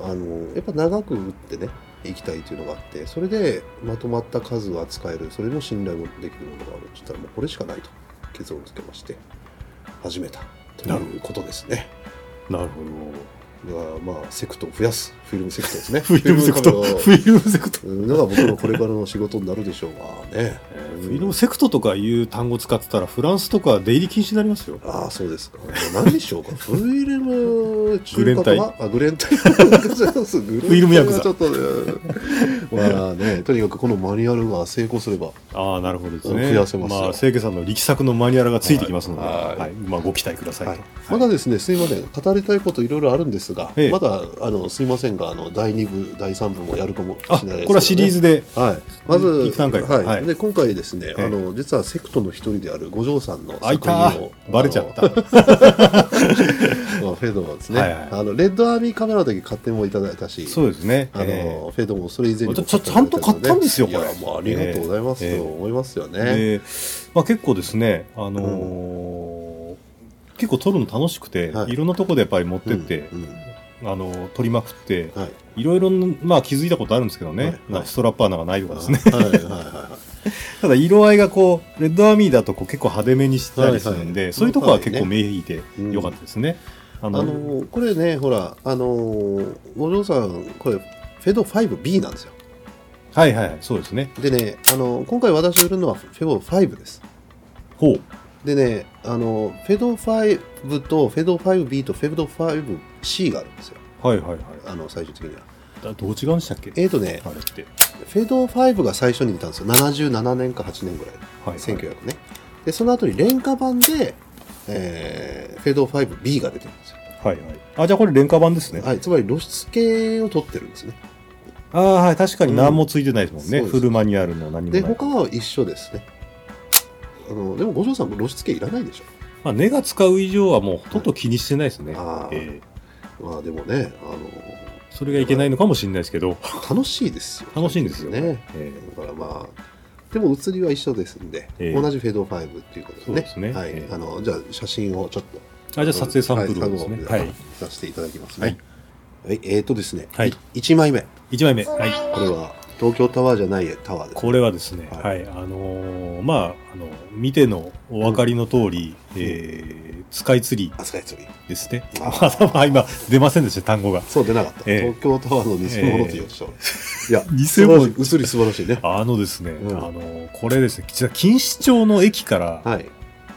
Speaker 1: あのやっぱ長く売ってね行きたいというのがあってそれでまとまった数を扱えるそれも信頼もできるものがあるって言ったらもうこれしかないと結論付けまして始めたということですね
Speaker 2: えーなるほど。
Speaker 1: が、まあ、セクトを増やす、フィルムセクトですね。
Speaker 2: フィルムセクト、
Speaker 1: フィルムカ
Speaker 2: フィルムセクト。
Speaker 1: メラをうんのが僕のこれからの仕事になるでしょうがね。
Speaker 2: えーフィルムセクトとかいう単語使ってたら、フランスとか出入り禁止になりますよ。
Speaker 1: ああ、そうですか。何でしょう か。フィルム中華
Speaker 2: グレン
Speaker 1: かあ、グレン タイ。グレンタイ
Speaker 2: ィルムヤクザ
Speaker 1: はちょっとね、まあね、とにかくこのマニュアルが成功すれば、
Speaker 2: ああ、なるほどですね。
Speaker 1: 増やせますよ
Speaker 2: まあ、清家さんの力作のマニュアルがついてきますので、
Speaker 1: はい
Speaker 2: はいまあ、ご期待くださいと。
Speaker 1: は
Speaker 2: はいい、
Speaker 1: まだですね、すいません、語りたいこといろいろあるんですが、
Speaker 2: ええ
Speaker 1: まだあのすいませんが、あの第2部、第3部もやるかもしれ
Speaker 2: あ、
Speaker 1: ないですけどね
Speaker 2: これはシリーズで、
Speaker 1: はい、まず、
Speaker 2: 一段階から
Speaker 1: はい
Speaker 2: はい
Speaker 1: で今回ですね、
Speaker 2: ええ
Speaker 1: あの実はセクトの一人である五条さんの
Speaker 2: あい
Speaker 1: 作
Speaker 2: た
Speaker 1: 品を
Speaker 2: バレちゃった。
Speaker 1: あのフェドもですね、
Speaker 2: はいはい
Speaker 1: あのレッドアーミーカメラの時買ってもいただいたし
Speaker 2: そうですね。
Speaker 1: あの、
Speaker 2: えー
Speaker 1: フェドもそれ以前にも
Speaker 2: ちょちゃんと買ったんですよ
Speaker 1: いや
Speaker 2: これ
Speaker 1: もうありがとうございます、
Speaker 2: ええ
Speaker 1: と思いますよね、
Speaker 2: でまあ、結構ですね、あのー結構撮るの楽しくて、
Speaker 1: はい
Speaker 2: い、ろんなとこでやっぱり持ってって、
Speaker 1: うんうん
Speaker 2: あのー撮りまくって、
Speaker 1: はい
Speaker 2: いろいろな、まあ、気づいたことあるんですけどね、
Speaker 1: はい
Speaker 2: なんかストラッパーなんかないとかですね、
Speaker 1: はいはいは
Speaker 2: ただ色合いがこう、レッドアーミーだとこう結構派手めにしたりするんで、
Speaker 1: はいはい
Speaker 2: そういうとこは結構目引いて
Speaker 1: うん
Speaker 2: よかったですね。あ
Speaker 1: い、あ
Speaker 2: の
Speaker 1: のこれねほらあの五条さんこれフェド 5B なんですよ
Speaker 2: はいはいはい、そうですね。
Speaker 1: でねあの今回私売るのはフェド5です
Speaker 2: ほう。
Speaker 1: でね、あの、フェド5とフェド 5B とフェド 5C があるんですよ。
Speaker 2: はいはいはい。
Speaker 1: あの、最終的には。
Speaker 2: だどう違うんでしたっけ
Speaker 1: えーとね
Speaker 2: あれって。
Speaker 1: フェド5が最初に出たんですよ。77年か8年ぐらい。
Speaker 2: はい。
Speaker 1: 1900ね。で、その後に廉価版で、えーフェド 5B が出てるんですよ。
Speaker 2: はいはい。あ、じゃあこれ廉価版ですね。
Speaker 1: はい、つまり露出系を取ってるんですね。
Speaker 2: ああ、はい。確かに何もついてないですもんね。
Speaker 1: うんそうです
Speaker 2: フルマニュアルの何もな
Speaker 1: で、
Speaker 2: い。
Speaker 1: 他は一緒ですね。あの、でも五条さんも露出系いらないでしょ。
Speaker 2: まあ、根が使う以上はもうほとんど気にしてないですね。
Speaker 1: あー
Speaker 2: ええ
Speaker 1: まあでもね、
Speaker 2: それがいけないのかもしれないですけど、
Speaker 1: あの、楽しいですよ。
Speaker 2: 楽しいんですよ。
Speaker 1: ね。
Speaker 2: ええ
Speaker 1: だからまあ、でも写りは一緒ですんで、
Speaker 2: ええ
Speaker 1: 同じフェード5っていうことですね。
Speaker 2: そうですね
Speaker 1: はい
Speaker 2: ええ
Speaker 1: あのじゃあ、写真をちょっと。
Speaker 2: あ、じゃあ撮影サンプルをですね。
Speaker 1: は
Speaker 2: はいい。
Speaker 1: させていただきますね。はい、えっ、とですね、
Speaker 2: はい
Speaker 1: 1枚目。こ
Speaker 2: 1枚目。はい。
Speaker 1: れは、東京タワーじゃないタワーです。
Speaker 2: これはですね、
Speaker 1: は
Speaker 2: はい、あのーまあ、あの、見てのお分かりの通り、えー、スカイツリ
Speaker 1: あ、スカイツリー。
Speaker 2: ーですね。
Speaker 1: あ
Speaker 2: まあ、今、出ませんでした、単語が。
Speaker 1: そう、出なかった。
Speaker 2: ええ
Speaker 1: 東京タワーの偽物って言おうとした、俺いや、
Speaker 2: 偽物
Speaker 1: 写り素晴らしいね。
Speaker 2: あのですね、
Speaker 1: うん
Speaker 2: あのーこれですね、実は錦糸町の駅から
Speaker 1: はい。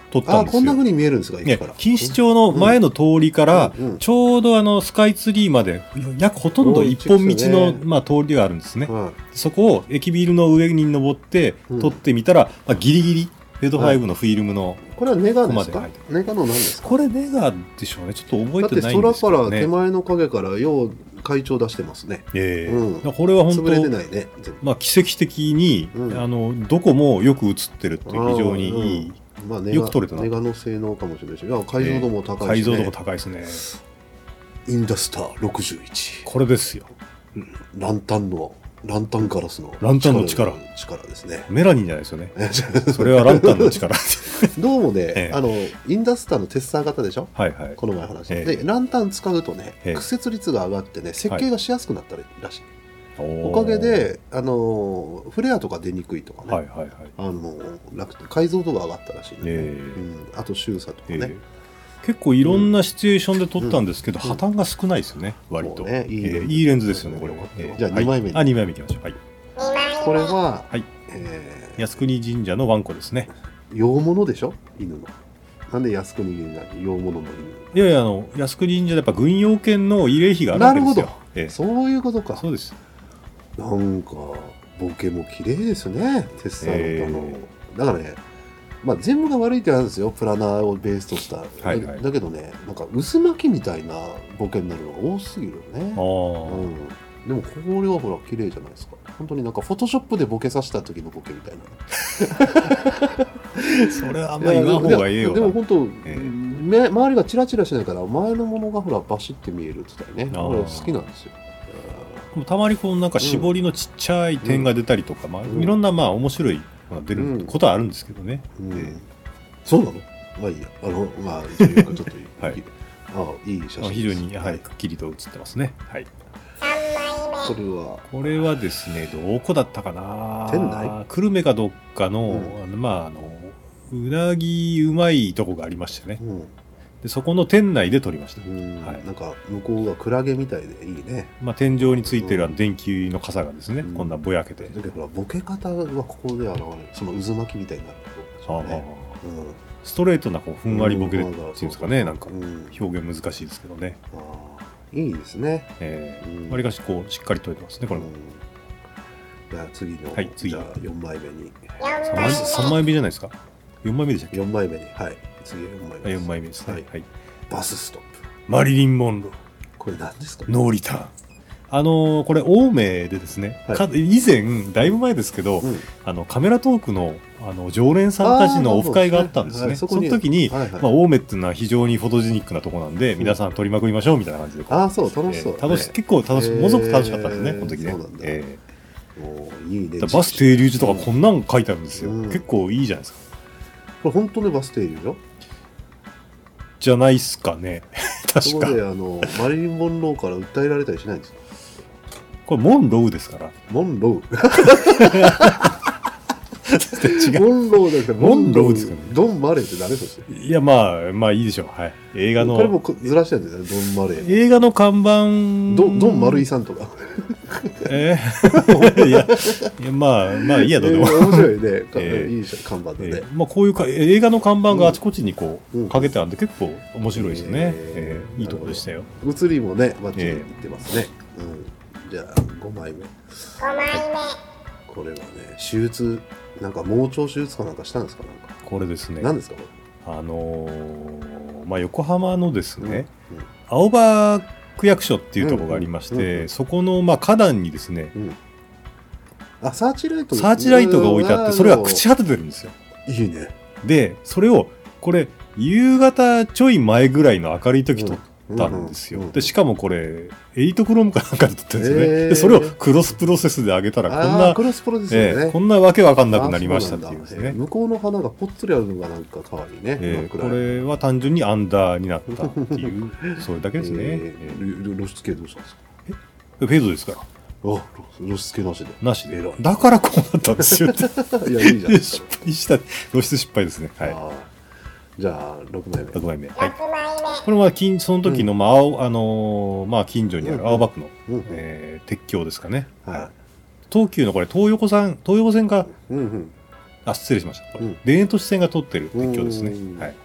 Speaker 2: 撮った
Speaker 1: あ、
Speaker 2: んですよ。
Speaker 1: こんな風に見えるんですか、
Speaker 2: ね
Speaker 1: 駅から。
Speaker 2: 錦糸町の前の通りから、
Speaker 1: うんうん
Speaker 2: ちょうどあのスカイツリーまで、約ほとんど一本道
Speaker 1: 多い
Speaker 2: の、
Speaker 1: ですね
Speaker 2: まあ、通りがあるんですね。
Speaker 1: うんはい
Speaker 2: そこを駅ビルの上に登って
Speaker 1: うん
Speaker 2: 撮ってみたら、まあ、ギリギリ、ェード5のフィルムの、
Speaker 1: これはネガです
Speaker 2: ここま
Speaker 1: か
Speaker 2: で入
Speaker 1: ネガの何ですか
Speaker 2: これネガでしょうねちょっと覚
Speaker 1: だ
Speaker 2: え
Speaker 1: って
Speaker 2: な
Speaker 1: て
Speaker 2: いん
Speaker 1: 空
Speaker 2: ですけ
Speaker 1: か
Speaker 2: ど
Speaker 1: ら
Speaker 2: ね
Speaker 1: 手前の影からよう会長出してますね
Speaker 2: ええ
Speaker 1: うん
Speaker 2: だからこれは本
Speaker 1: 潰れて
Speaker 2: 当
Speaker 1: ないね全部
Speaker 2: まあ奇跡的に、
Speaker 1: うん
Speaker 2: あのどこもよく映ってるっていう非常にいい、
Speaker 1: まあネガ
Speaker 2: よく撮れたな
Speaker 1: ネガの性能かもしれないしいや解像度も高い
Speaker 2: 解
Speaker 1: し、ね
Speaker 2: 像度も高いですね
Speaker 1: インダスター61
Speaker 2: これですよ
Speaker 1: ランタンのランタンガラスの
Speaker 2: ランタンの力
Speaker 1: 力ですね
Speaker 2: メラニンじゃないですよね それはランタンの力は
Speaker 1: どうもね、
Speaker 2: ええ
Speaker 1: あのインダスターのテッサー型でしょ
Speaker 2: いはい
Speaker 1: この前話した、
Speaker 2: ええ
Speaker 1: でランタン使うとね、
Speaker 2: ええ
Speaker 1: 屈折率が上がってね設計がしやすくなったらしい、
Speaker 2: お
Speaker 1: お
Speaker 2: ー
Speaker 1: かげであのフレアとか出にくいとかね、
Speaker 2: はいはいはい
Speaker 1: あの楽天解像度が上がったらしいね、
Speaker 2: ええ
Speaker 1: うん、あと周差とか
Speaker 2: ええ
Speaker 1: ね、
Speaker 2: 結構いろんなシチュエーションで撮ったんですけど、
Speaker 1: うん
Speaker 2: 破綻が少ないですよね、割と、
Speaker 1: そうねいいレンズ
Speaker 2: ええいいレンズですよね、これは。ええ
Speaker 1: じゃあ
Speaker 2: はい
Speaker 1: 二枚目に
Speaker 2: あ、2枚目いきましょう。はい。
Speaker 1: これは、
Speaker 2: はい
Speaker 1: えー
Speaker 2: 靖国神社のワンコですね。
Speaker 1: 洋物でしょ犬のなんで靖国になる洋物の犬
Speaker 2: いやいや、あの、靖国神社でやっぱ軍用犬の慰霊碑があるわけですよ。
Speaker 1: なるほ
Speaker 2: ええ
Speaker 1: そういうことか
Speaker 2: そうです。
Speaker 1: なんかボケも綺麗ですねテッサーのあの、だからねまあ全部が悪いってなんですよプラナーをベースとした、
Speaker 2: いはい
Speaker 1: だだけどねなんか薄巻きみたいなボケになるのが多すぎるよね
Speaker 2: ああ、
Speaker 1: うんでもこれはほら綺麗じゃないですか本当になんかフォトショップでボケさせた時のボケみたいな
Speaker 2: それはあんまり言わん方がええよな。
Speaker 1: でも本当、
Speaker 2: ええ
Speaker 1: め周りがチラチラしないから前のものがほらバシって見えるって言ったよね
Speaker 2: あー
Speaker 1: これ好きなんですよ
Speaker 2: でもたまにこのなんか絞りのちっちゃい点が出たりとか、まあ、
Speaker 1: うん
Speaker 2: いろんなまあ面白いのが出
Speaker 1: うん
Speaker 2: ることはあるんですけどね。
Speaker 1: うん、
Speaker 2: ええ
Speaker 1: そうなのまあいいやあのまあというかちょっといい、
Speaker 2: はい
Speaker 1: ああいい写真で
Speaker 2: まあ
Speaker 1: す
Speaker 2: 非常にやはりくっきりと映ってますね。はい。
Speaker 1: これは
Speaker 2: これはですね、どこだったかな
Speaker 1: 店内
Speaker 2: 久留米かどっかの、
Speaker 1: うん
Speaker 2: あのまあ、あの、うなぎうまいとこがありましてね
Speaker 1: う。ん、
Speaker 2: で、そこの店内で撮りました。
Speaker 1: うん
Speaker 2: はい
Speaker 1: なんか向こうがクラゲみたいでいいね
Speaker 2: まあ、天井についてるあの電球の傘がですね、
Speaker 1: うん
Speaker 2: こんなぼやけて。
Speaker 1: だけどほらボケ方はここで現れるその渦巻きみたいになる
Speaker 2: あ
Speaker 1: と、ね
Speaker 2: あ
Speaker 1: うん
Speaker 2: ストレートなこうふんわりボケでっていうんですかね、なんか
Speaker 1: うん、
Speaker 2: 表現難しいですけどね。
Speaker 1: ああいいですね
Speaker 2: ええ
Speaker 1: うん
Speaker 2: わりかしこうしっかり撮れてますね、これも。
Speaker 1: じゃあ次の、
Speaker 2: はい次
Speaker 1: じゃあ4枚目に
Speaker 2: 3枚三枚目じゃないですか。4枚目でしたっけ
Speaker 1: 4枚目にはい次4枚
Speaker 2: あ
Speaker 1: 目で
Speaker 2: ?4
Speaker 1: す
Speaker 2: 枚目ですね、
Speaker 1: は
Speaker 2: はいい。
Speaker 1: バスストップ
Speaker 2: マリリン・モンロー。
Speaker 1: これ何ですか
Speaker 2: ノーリターン。あのーこれ、青梅でですね、
Speaker 1: はい
Speaker 2: か以前、だいぶ前ですけど、
Speaker 1: うん
Speaker 2: あのカメラトークのあの常連さんたちのオフ会があったんですね。
Speaker 1: あーなる
Speaker 2: そ
Speaker 1: ほど
Speaker 2: の
Speaker 1: ね
Speaker 2: 時に、
Speaker 1: はいはい
Speaker 2: まあ、青梅っていうのは非常にフォトジェニックなとこなんで、皆さん撮りまくりましょうみたいな感じでこう、
Speaker 1: ああそう楽しそう、
Speaker 2: えー楽し結構楽し、
Speaker 1: えー
Speaker 2: ものすごく楽しかったんですね、この時ね。
Speaker 1: そうなんだ
Speaker 2: え
Speaker 1: もういいね
Speaker 2: ーだからバス停留時とかこんなん書いてあるんですよ。
Speaker 1: うん
Speaker 2: 結構いいじゃないですか。
Speaker 1: これ本当のバス停いるよ
Speaker 2: じゃないっす かね。
Speaker 1: そ
Speaker 2: 確
Speaker 1: こ
Speaker 2: か。
Speaker 1: であのマリリン・モンローから訴えられたりしないんですか
Speaker 2: これ、モンローですから。
Speaker 1: モンロー
Speaker 2: 違う。
Speaker 1: モンローだけど
Speaker 2: モンローですかね
Speaker 1: ドン・マレーって誰そして
Speaker 2: いや、まあ、まあいいでしょう。はい。映画の。
Speaker 1: これもずらしてるんですよねドン・マレー
Speaker 2: 映画の看板
Speaker 1: ドンドン・マルイさんとか
Speaker 2: えー いやいやまあまあいいやどうでも、
Speaker 1: え ー面白い ね、か
Speaker 2: えー
Speaker 1: いいし看板だ
Speaker 2: え
Speaker 1: ね、
Speaker 2: ーまあ、こういうか映画の看板があちこちにこう、
Speaker 1: うん
Speaker 2: かけてあるんで結構面白いですね、
Speaker 1: えー
Speaker 2: えーいいとこでしたよ
Speaker 1: 映りもね、バッチリいってますね。うん、じゃあ、5枚目。これはね、手術、なんか盲腸手術かなんかしたんですかなんか。
Speaker 2: これですね
Speaker 1: 何ですかこ
Speaker 2: あのーまあ、横浜のです
Speaker 1: れ。
Speaker 2: ね、
Speaker 1: うん、
Speaker 2: 青葉区役所っていうところがありまして、
Speaker 1: うんうんうん
Speaker 2: そこのまあ花壇にですね
Speaker 1: うん。うんあ、サーチライト
Speaker 2: サーチライトが置いてあってそれが朽ち果ててるんですよ
Speaker 1: うんいいね。
Speaker 2: でそれをこれ夕方ちょい前ぐらいの明るい時撮っったんですよ。でしかもこれエイトクロームかなんかで撮ってるんですよね、
Speaker 1: へー
Speaker 2: でそれをクロスプロセスで上げたら
Speaker 1: こ
Speaker 2: こ
Speaker 1: ん
Speaker 2: ん
Speaker 1: な。
Speaker 2: な、
Speaker 1: クロスプロですよね
Speaker 2: え。えこんなわけわかんなくなりました
Speaker 1: あ
Speaker 2: っていうです
Speaker 1: そなんだ
Speaker 2: ね
Speaker 1: ええ。向こうの花がぽっつりあるのがなんか可愛いね。
Speaker 2: ええ
Speaker 1: 真っ
Speaker 2: こ
Speaker 1: 暗い
Speaker 2: れは単純にアンダーになったっていう それだけですね、
Speaker 1: え
Speaker 2: え
Speaker 1: え露露出系どうしたんですか
Speaker 2: えフェードですから
Speaker 1: あ、露露出系なしで。
Speaker 2: なしで
Speaker 1: 偉い
Speaker 2: だからこうなったんですよって
Speaker 1: いや、い いじゃん。
Speaker 2: 失敗した露出失敗ですねはい
Speaker 1: あーじゃあ、6枚目。
Speaker 2: 6枚目はいこれは近その時の、まあ青あのーまあ、近所にある青葉区の、
Speaker 1: うん
Speaker 2: えー鉄橋ですかね、
Speaker 1: は
Speaker 2: 東急のこれ東横線東横線が
Speaker 1: い。うんうん。
Speaker 2: あ失礼しました、これ
Speaker 1: うん
Speaker 2: 田園都市線が通ってる鉄橋です
Speaker 1: うん
Speaker 2: ね、はい、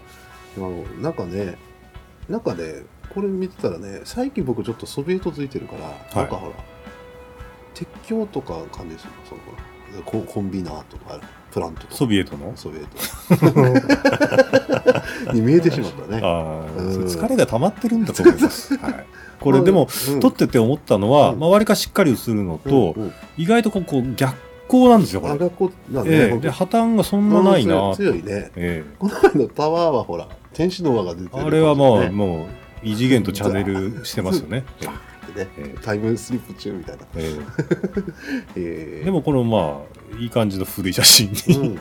Speaker 1: あのなんかね、なんかね、これ見てたらね、最近僕ちょっとソビエトついてるから、
Speaker 2: い
Speaker 1: なんかほら、鉄橋とか感じするの、そのほら、ココンビナートとかあるプラントとか
Speaker 2: ソビエトの
Speaker 1: ソビ エトに見えてしまったね
Speaker 2: ああ、
Speaker 1: うん
Speaker 2: それ疲れが溜まってるんだと思い ます。はい、これでも、
Speaker 1: うん
Speaker 2: 撮ってて思ったのは、
Speaker 1: うん
Speaker 2: まあ、割かしっかり映るのと、
Speaker 1: うんうん
Speaker 2: 意外とこうこう逆光なんですよ、これ
Speaker 1: あ。がこなん
Speaker 2: え
Speaker 1: ね
Speaker 2: え
Speaker 1: ほんと
Speaker 2: で、破綻がそんなないな
Speaker 1: うん
Speaker 2: と。
Speaker 1: 強い強いね
Speaker 2: ええ
Speaker 1: この前のタワーはほら天使の輪が出てる感じ
Speaker 2: あれはもう、
Speaker 1: ね
Speaker 2: もう、異次元とチャンネルしてますよね。え
Speaker 1: ね
Speaker 2: え
Speaker 1: タイムスリップ中みたいな、
Speaker 2: え
Speaker 1: え
Speaker 2: え
Speaker 1: え
Speaker 2: で、もこのまあ、いい感じの古い写真
Speaker 1: うん
Speaker 2: に。
Speaker 1: うんうん、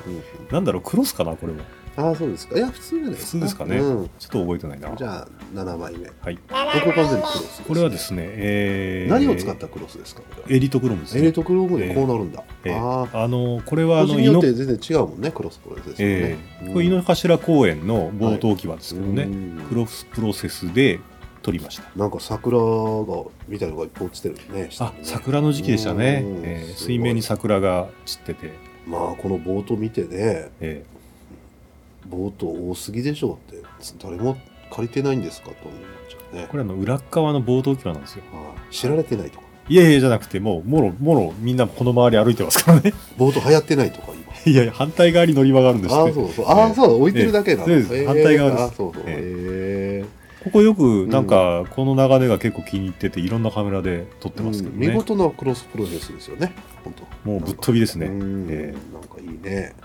Speaker 2: なんだろう、クロスかな、これも。
Speaker 1: ああそうですかいや普通じゃない
Speaker 2: 普通ですかね
Speaker 1: うん
Speaker 2: ちょっと覚えてないな。
Speaker 1: じゃあ7枚目こ
Speaker 2: はい。
Speaker 1: こ完全にクロスすね
Speaker 2: これはですね、ええ
Speaker 1: 何を使ったクロスですかこれは
Speaker 2: エリートクロムで
Speaker 1: エ
Speaker 2: すね。
Speaker 1: レートクロームでこうなるんだ、
Speaker 2: ええ
Speaker 1: ああ
Speaker 2: あの、これは
Speaker 1: 個人
Speaker 2: あの、
Speaker 1: によっ
Speaker 2: 猪
Speaker 1: て全然違うもんねクロスプロセスですよ
Speaker 2: え
Speaker 1: ね、
Speaker 2: え
Speaker 1: うん
Speaker 2: これ井の頭公園の冒頭置き場ですけどね、
Speaker 1: うん
Speaker 2: クロスプロセスで撮りました。
Speaker 1: なんか桜がみたいのがいっぱい落ちてるね下
Speaker 2: あ
Speaker 1: にね
Speaker 2: 桜の時期でしたね、
Speaker 1: うん
Speaker 2: ええ
Speaker 1: すごい
Speaker 2: 水面に桜が散ってて、
Speaker 1: まあこのボート見てね
Speaker 2: え
Speaker 1: ボート多すぎでしょうって誰も借りてないんですかと思っちゃうね
Speaker 2: えこれあの裏っ側の冒頭置き場なんですよ。
Speaker 1: はい知られてないとか
Speaker 2: いやいやじゃなくて、もうもろもろみんなこの周り歩いてますからね。
Speaker 1: ボート流行ってないとか今
Speaker 2: いやいや、反対側に乗り場があるんです
Speaker 1: ああ
Speaker 2: って、
Speaker 1: そうそうああそうだ置いてるだけなんだ
Speaker 2: ええそうです
Speaker 1: へえ
Speaker 2: 反対側です
Speaker 1: ああそうそう
Speaker 2: え
Speaker 1: へえ
Speaker 2: ここよくなんか、この流れが結構気に入ってて、いろんなカメラで撮ってますけど
Speaker 1: うん見
Speaker 2: ね、
Speaker 1: 事なクロスプロセスですよね本当
Speaker 2: もうぶっ飛びですね。
Speaker 1: うん
Speaker 2: え
Speaker 1: なんかいいね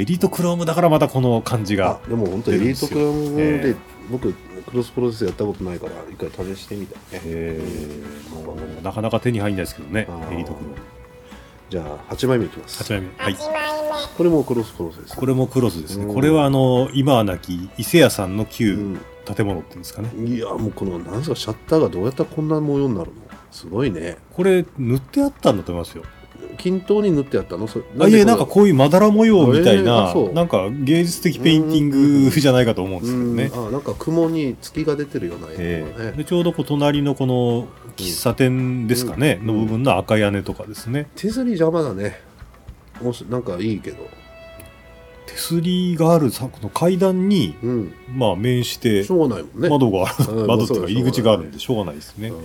Speaker 2: エリートクロームだからまたこの感じが
Speaker 1: あ、でも本当エリートクラブ
Speaker 2: 出るんですよえ
Speaker 1: で
Speaker 2: え
Speaker 1: 僕クロスプロセスやったことないから一回試してみたね、
Speaker 2: えー
Speaker 1: うん
Speaker 2: もうなかなか手に入んないですけどね
Speaker 1: あ、ー
Speaker 2: エリートクローム。
Speaker 1: じゃあ8枚目いきます
Speaker 2: 8枚目。はい。
Speaker 1: これもクロスプロセス
Speaker 2: これもクロスですね。
Speaker 1: うん
Speaker 2: これはあの、今はなき伊勢屋さんの旧
Speaker 1: う
Speaker 2: 建物っていうんですかね。
Speaker 1: ん、いやもうこのなんすかシャッターがどうやったらこんな模様になるのすごいね
Speaker 2: これ塗ってあったんだと思いますよ。
Speaker 1: 均等に塗ってやったのそれ
Speaker 2: あいえ、なんかこういうまだら模様みたい
Speaker 1: えーあ
Speaker 2: な
Speaker 1: そう、
Speaker 2: なんか芸術的ペインティングじゃないかと思うんですけど
Speaker 1: う
Speaker 2: ね。
Speaker 1: んあなんか雲に月が出てるような絵
Speaker 2: え
Speaker 1: とかね
Speaker 2: ーでちょうどこう隣のこの喫茶店ですかね、
Speaker 1: うん
Speaker 2: の部分の赤屋根とかですね。
Speaker 1: 手すり邪魔だねもしなんかいいけど
Speaker 2: 手すりがあるさこの階段に、
Speaker 1: うん
Speaker 2: まあ面して
Speaker 1: し、ょうがないもんね
Speaker 2: 窓があ
Speaker 1: う
Speaker 2: る、
Speaker 1: ん
Speaker 2: 窓っていうか入り口があるん
Speaker 1: そ
Speaker 2: でしょうがないですね
Speaker 1: う。ん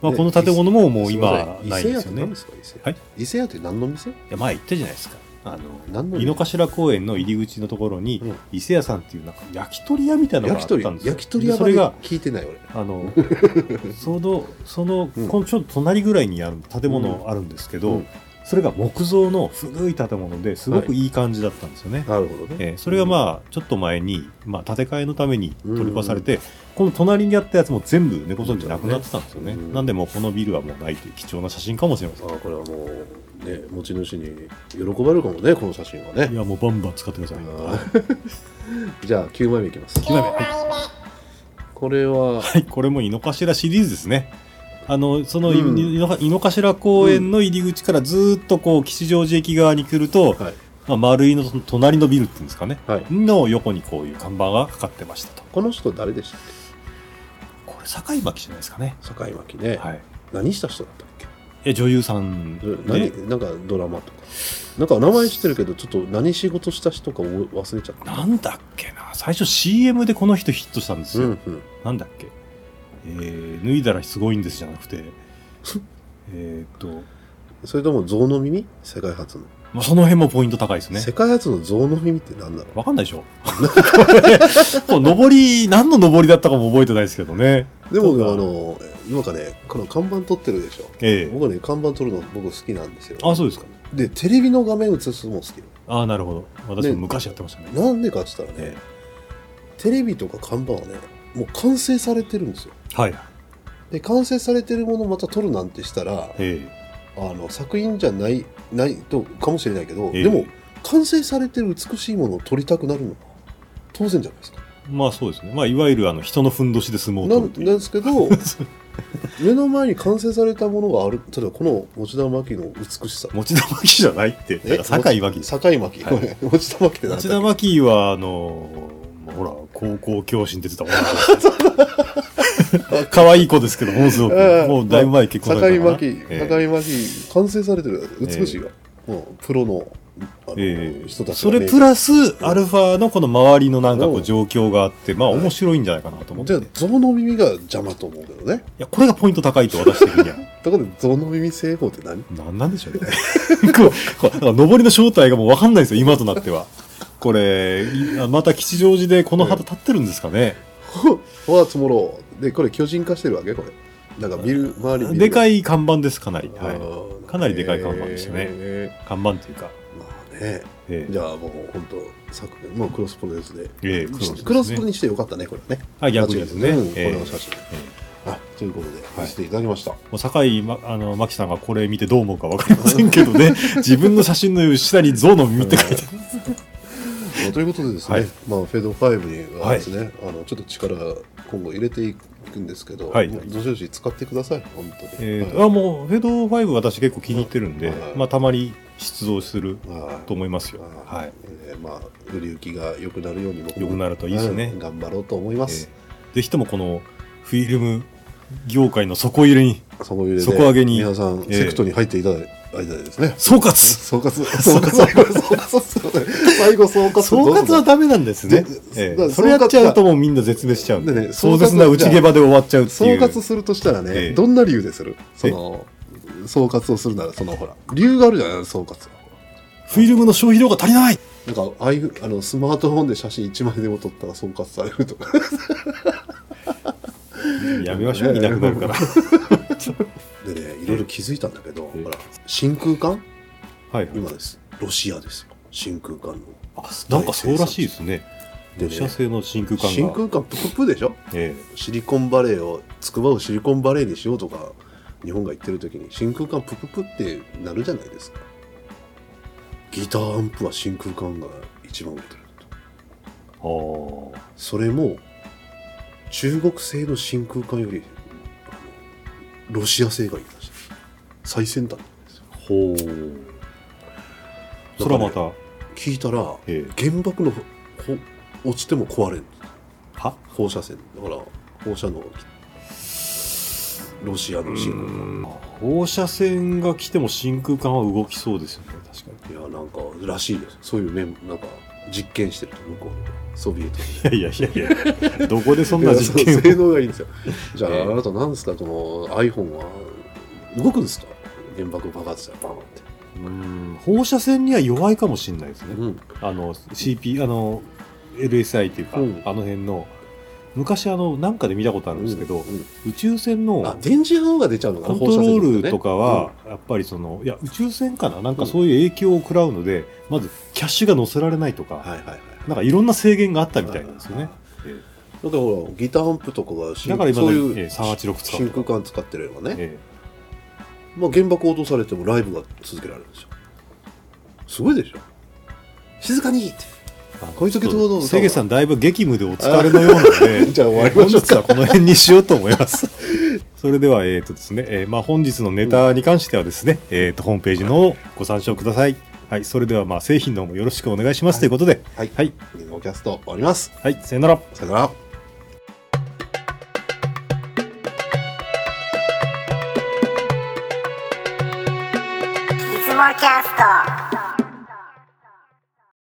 Speaker 2: まあ、
Speaker 1: ね
Speaker 2: この建物ももう今
Speaker 1: すいま
Speaker 2: な
Speaker 1: せ
Speaker 2: い
Speaker 1: ん伊勢
Speaker 2: で
Speaker 1: 屋って
Speaker 2: すよ
Speaker 1: 何
Speaker 2: ね
Speaker 1: で。すか伊勢屋、
Speaker 2: はい
Speaker 1: 伊勢屋って何の店
Speaker 2: いや前言ったじゃないですか。あの
Speaker 1: 何の
Speaker 2: 井の
Speaker 1: 店
Speaker 2: 頭公園の入り口のところに、
Speaker 1: うん
Speaker 2: 伊勢屋さんっていうなんか焼き鳥屋みたいなのがあ
Speaker 1: 焼
Speaker 2: っ
Speaker 1: き鳥
Speaker 2: たんですよ。
Speaker 1: 焼き鳥屋
Speaker 2: でそれ
Speaker 1: が
Speaker 2: が
Speaker 1: 聞いてない俺
Speaker 2: あの そのその
Speaker 1: うん
Speaker 2: このちょっと隣ぐらいにある建物あるんですけど、
Speaker 1: うん
Speaker 2: それが木造の古い建物ですごくいい感じだったんですよね。
Speaker 1: なるほどね、
Speaker 2: えーそれがまあちょっと前に、まあ、建て替えのために
Speaker 1: うん
Speaker 2: 取り壊されて、この隣にあったやつも全部根こそぎなくなってたんですよね、
Speaker 1: うん
Speaker 2: なんでもうこのビルはもうないという貴重な写真かもしれません
Speaker 1: あこれはもうね持ち主に喜ばれるかもねこの写真はね
Speaker 2: いやもうバンバン使ってください、
Speaker 1: あー じゃあ9枚目いきます
Speaker 2: 一枚目はい
Speaker 1: これは
Speaker 2: はいこれも井の頭シリーズですねあのその井
Speaker 1: うん
Speaker 2: 井の井の頭公園の入り口からずーっとこう吉祥寺駅側に来ると、
Speaker 1: はい
Speaker 2: まあ、丸井のその隣のビルっていうんですかね
Speaker 1: はい
Speaker 2: の横にこういう看板がかかってましたと
Speaker 1: この人誰でしたっ
Speaker 2: これ堺巻じゃないですかね
Speaker 1: け堺巻ね、
Speaker 2: はい
Speaker 1: 何した人だったっけ
Speaker 2: いや女優さんで
Speaker 1: 何、なんかドラマとかなんか名前知ってるけどちょっと何仕事した人かお忘れちゃった
Speaker 2: なんだっけな最初 CM でこの人ヒットしたんです
Speaker 1: うん
Speaker 2: よ、
Speaker 1: うん
Speaker 2: なんだっけえー、脱いだらすごいんですじゃなく てえーっと、
Speaker 1: それとも象の耳世界初の、
Speaker 2: まあ、その辺もポイント高いですね
Speaker 1: 世界初の象の耳って何だろう
Speaker 2: わかんないでしょ これ上り何の上りだったかも覚えてないですけどね
Speaker 1: でも
Speaker 2: そうか
Speaker 1: あの今かねこの看板撮ってるでしょ
Speaker 2: ええ
Speaker 1: 僕ね看板撮るの僕好きなんですよ
Speaker 2: あそうですか
Speaker 1: でテレビの画面映すのも好き
Speaker 2: ああなるほど私も昔やってましたね
Speaker 1: なんでかって言ったらね
Speaker 2: え
Speaker 1: テレビとか看板はねもう完成されてるんですよ
Speaker 2: えはい
Speaker 1: で完成されてるものをまた撮るなんてしたら
Speaker 2: え
Speaker 1: あの作品じゃないないとかもしれないけど、
Speaker 2: えええ
Speaker 1: でも完成されてる美しいものを撮りたくなるのは当然じゃないですか
Speaker 2: まあそうですねまあいわゆるあの人のふんどしで相撲を
Speaker 1: な
Speaker 2: 取る
Speaker 1: ん
Speaker 2: とい
Speaker 1: で
Speaker 2: う
Speaker 1: すけ ど目の前に完成されたものがある例えばこの持田真希の美しさ
Speaker 2: 持田真紀じゃないってだから堺脇です
Speaker 1: 堺真希、
Speaker 2: はい
Speaker 1: ごめん 持田真希ってなん
Speaker 2: 町
Speaker 1: だ
Speaker 2: 田
Speaker 1: っ
Speaker 2: 真紀はあのーほら高校教師に出てた女の 子です可愛い子ですけどもうすごく
Speaker 1: ええ
Speaker 2: もうだいぶ前に
Speaker 1: け
Speaker 2: 結婚され
Speaker 1: 堺
Speaker 2: た
Speaker 1: 真
Speaker 2: のかな
Speaker 1: 希
Speaker 2: ええ
Speaker 1: 堺真希完成されてる美しいよ、もうプロのあの、
Speaker 2: ええ
Speaker 1: 人たち
Speaker 2: そ
Speaker 1: がね
Speaker 2: れプラスアルファのこの周りのなんかこう状況があって、まあ
Speaker 1: はい
Speaker 2: 面白いんじゃないかなと思って、
Speaker 1: じゃあ象の耳が邪魔と思うけどね
Speaker 2: いやこれがポイント高いと私的 には
Speaker 1: ところで象の耳製法って何
Speaker 2: なんなんでしょうね こうこうなんか上りの正体がもう分かんないんですよ今となってはこれいあまた吉祥寺でこの旗立ってるんですかね、
Speaker 1: ほら積もろうでこれ巨人化してるわけこれなんかビル周りにビル
Speaker 2: でか
Speaker 1: い、
Speaker 2: い看板ですかなり、はい、
Speaker 1: い
Speaker 2: かなりでかい看板でしたね看板というか、
Speaker 1: まあね
Speaker 2: ええ
Speaker 1: じゃあもう本当昨年もうクロスプロですね
Speaker 2: ええクロスですね
Speaker 1: クロスプロにしてよかったねこれね
Speaker 2: あ逆にですね
Speaker 1: 間違いなく
Speaker 2: ええ
Speaker 1: うんこれの写真、
Speaker 2: ええ
Speaker 1: あということで見せていただきました、
Speaker 2: もう酒井、ま、あの、牧さんがこれ見てどう思うかわかりませんけどね、 自分の写真の下に象の耳って書いてある。
Speaker 1: まあということでですね、
Speaker 2: はい
Speaker 1: まあ、フェード5にはですね、あのちょっと力今後入れていくんですけど、
Speaker 2: はい
Speaker 1: もうどしどし使ってください本当に、
Speaker 2: えー
Speaker 1: は
Speaker 2: とあもう、フェード5私結構気に入ってるんで、
Speaker 1: はい
Speaker 2: まあ、たまに出動する
Speaker 1: いはい
Speaker 2: と思いますよ。
Speaker 1: は
Speaker 2: はいい。
Speaker 1: えーまあ売り行きが良くなるようにも
Speaker 2: 良くなるといいですね
Speaker 1: うん頑張ろうと思いま
Speaker 2: えー
Speaker 1: す、
Speaker 2: ぜひともこのフィルム業界の底入れに
Speaker 1: そこ入れで
Speaker 2: 底上げに
Speaker 1: 皆さん、
Speaker 2: ええ
Speaker 1: セクトに入っていただいた間でですね
Speaker 2: 総括
Speaker 1: 総括総括最後総括すいません最後総括
Speaker 2: 総括は
Speaker 1: は
Speaker 2: ダメなんですね
Speaker 1: で。
Speaker 2: え
Speaker 1: だ
Speaker 2: ーそれやっちゃうともうみんな絶滅しちゃうんで、
Speaker 1: でね
Speaker 2: 壮絶な内毛場で終わっちゃうって
Speaker 1: 総
Speaker 2: いう。
Speaker 1: 括するとしたらね、
Speaker 2: ええ
Speaker 1: どんな理由でするその総括をするならそのほら理由があるじゃない総括は
Speaker 2: フィルムの消費量が足りない
Speaker 1: なんかああいうあのスマートフォンで写真1枚でも撮ったら総括されると か
Speaker 2: やめ ましょう、いなくなるから。
Speaker 1: でねいろいろ気づいたんだけど、
Speaker 2: ええ
Speaker 1: ほら真空管
Speaker 2: はいはい
Speaker 1: 今ですロシアですよ真空管の
Speaker 2: あなんかそうらしいですね。
Speaker 1: で
Speaker 2: ロ
Speaker 1: ね
Speaker 2: シア製の真空管が。
Speaker 1: 真空管プクプでしょ
Speaker 2: え
Speaker 1: シリコンバレーをつくばをシリコンバレーにしようとか日本が言ってる時に真空管プクプってなるじゃないですかギターアンプは真空管が一番売れてると
Speaker 2: えああ。
Speaker 1: それも中国製の真空管よりあのロシア製がいいらしい最先端なんですよ
Speaker 2: ほう。それはまた、
Speaker 1: 聞いたら
Speaker 2: ええ
Speaker 1: 原爆のほ落ちても壊れん
Speaker 2: は
Speaker 1: 放射線だから放射能ロシアの真空管
Speaker 2: 放射線が来ても真空管は動きそうですよね、確か
Speaker 1: いやなんからしいですそういうねなんか実験してると向こうのソビエトで
Speaker 2: に。いやいやいやいや、どこ でそんない
Speaker 1: や
Speaker 2: 実 験
Speaker 1: そう性能がいいんですよじゃあ、
Speaker 2: ええ
Speaker 1: あなたなんですかこの iPhone は動くんですか原爆爆発したらバーンって、
Speaker 2: をうん放射線には弱いかもしれないですね。
Speaker 1: うん、
Speaker 2: あの、CP、あの、LSI っていうか、
Speaker 1: うん
Speaker 2: あの辺の、昔あの、なんかで見たことあるんですけど、
Speaker 1: うん
Speaker 2: 宇宙船の、
Speaker 1: あ電磁波が出ちゃうのか
Speaker 2: コ
Speaker 1: な
Speaker 2: ントロ
Speaker 1: 放射
Speaker 2: ー
Speaker 1: 線
Speaker 2: ルとかは、やっぱりその、いや、宇宙船かななんかそういう影響を食らうので、まずキャッシュが載せられないとか、
Speaker 1: うんはいはいはい
Speaker 2: なんかいろんな制限があったみたいなんですよね。
Speaker 1: だからほらギターアンプとかが
Speaker 2: だから今
Speaker 1: そ
Speaker 2: ね
Speaker 1: ういう
Speaker 2: ええ386使って
Speaker 1: 真空管使ってればね、
Speaker 2: え
Speaker 1: まあ、原爆を落とされてもライブが続けられるんですよすごいでしょ静かにって
Speaker 2: え
Speaker 1: こういう時どうぞ
Speaker 2: せげさん、だいぶ激務でお疲れのようなので、
Speaker 1: じゃあ終わりましょうか
Speaker 2: 本日はこの辺にしようと思い ます。それでは、えっ、とですね、えーまあ本日のネタに関してはですね、えっ、と、ホームページの方ご参照ください。はい、それでは、まあ製品の方もよろしくお願いしますということで、
Speaker 1: はい
Speaker 2: はい、
Speaker 1: ミノキャスト終わります
Speaker 2: はい、さよなら。
Speaker 1: さよなら
Speaker 3: いつもキャスト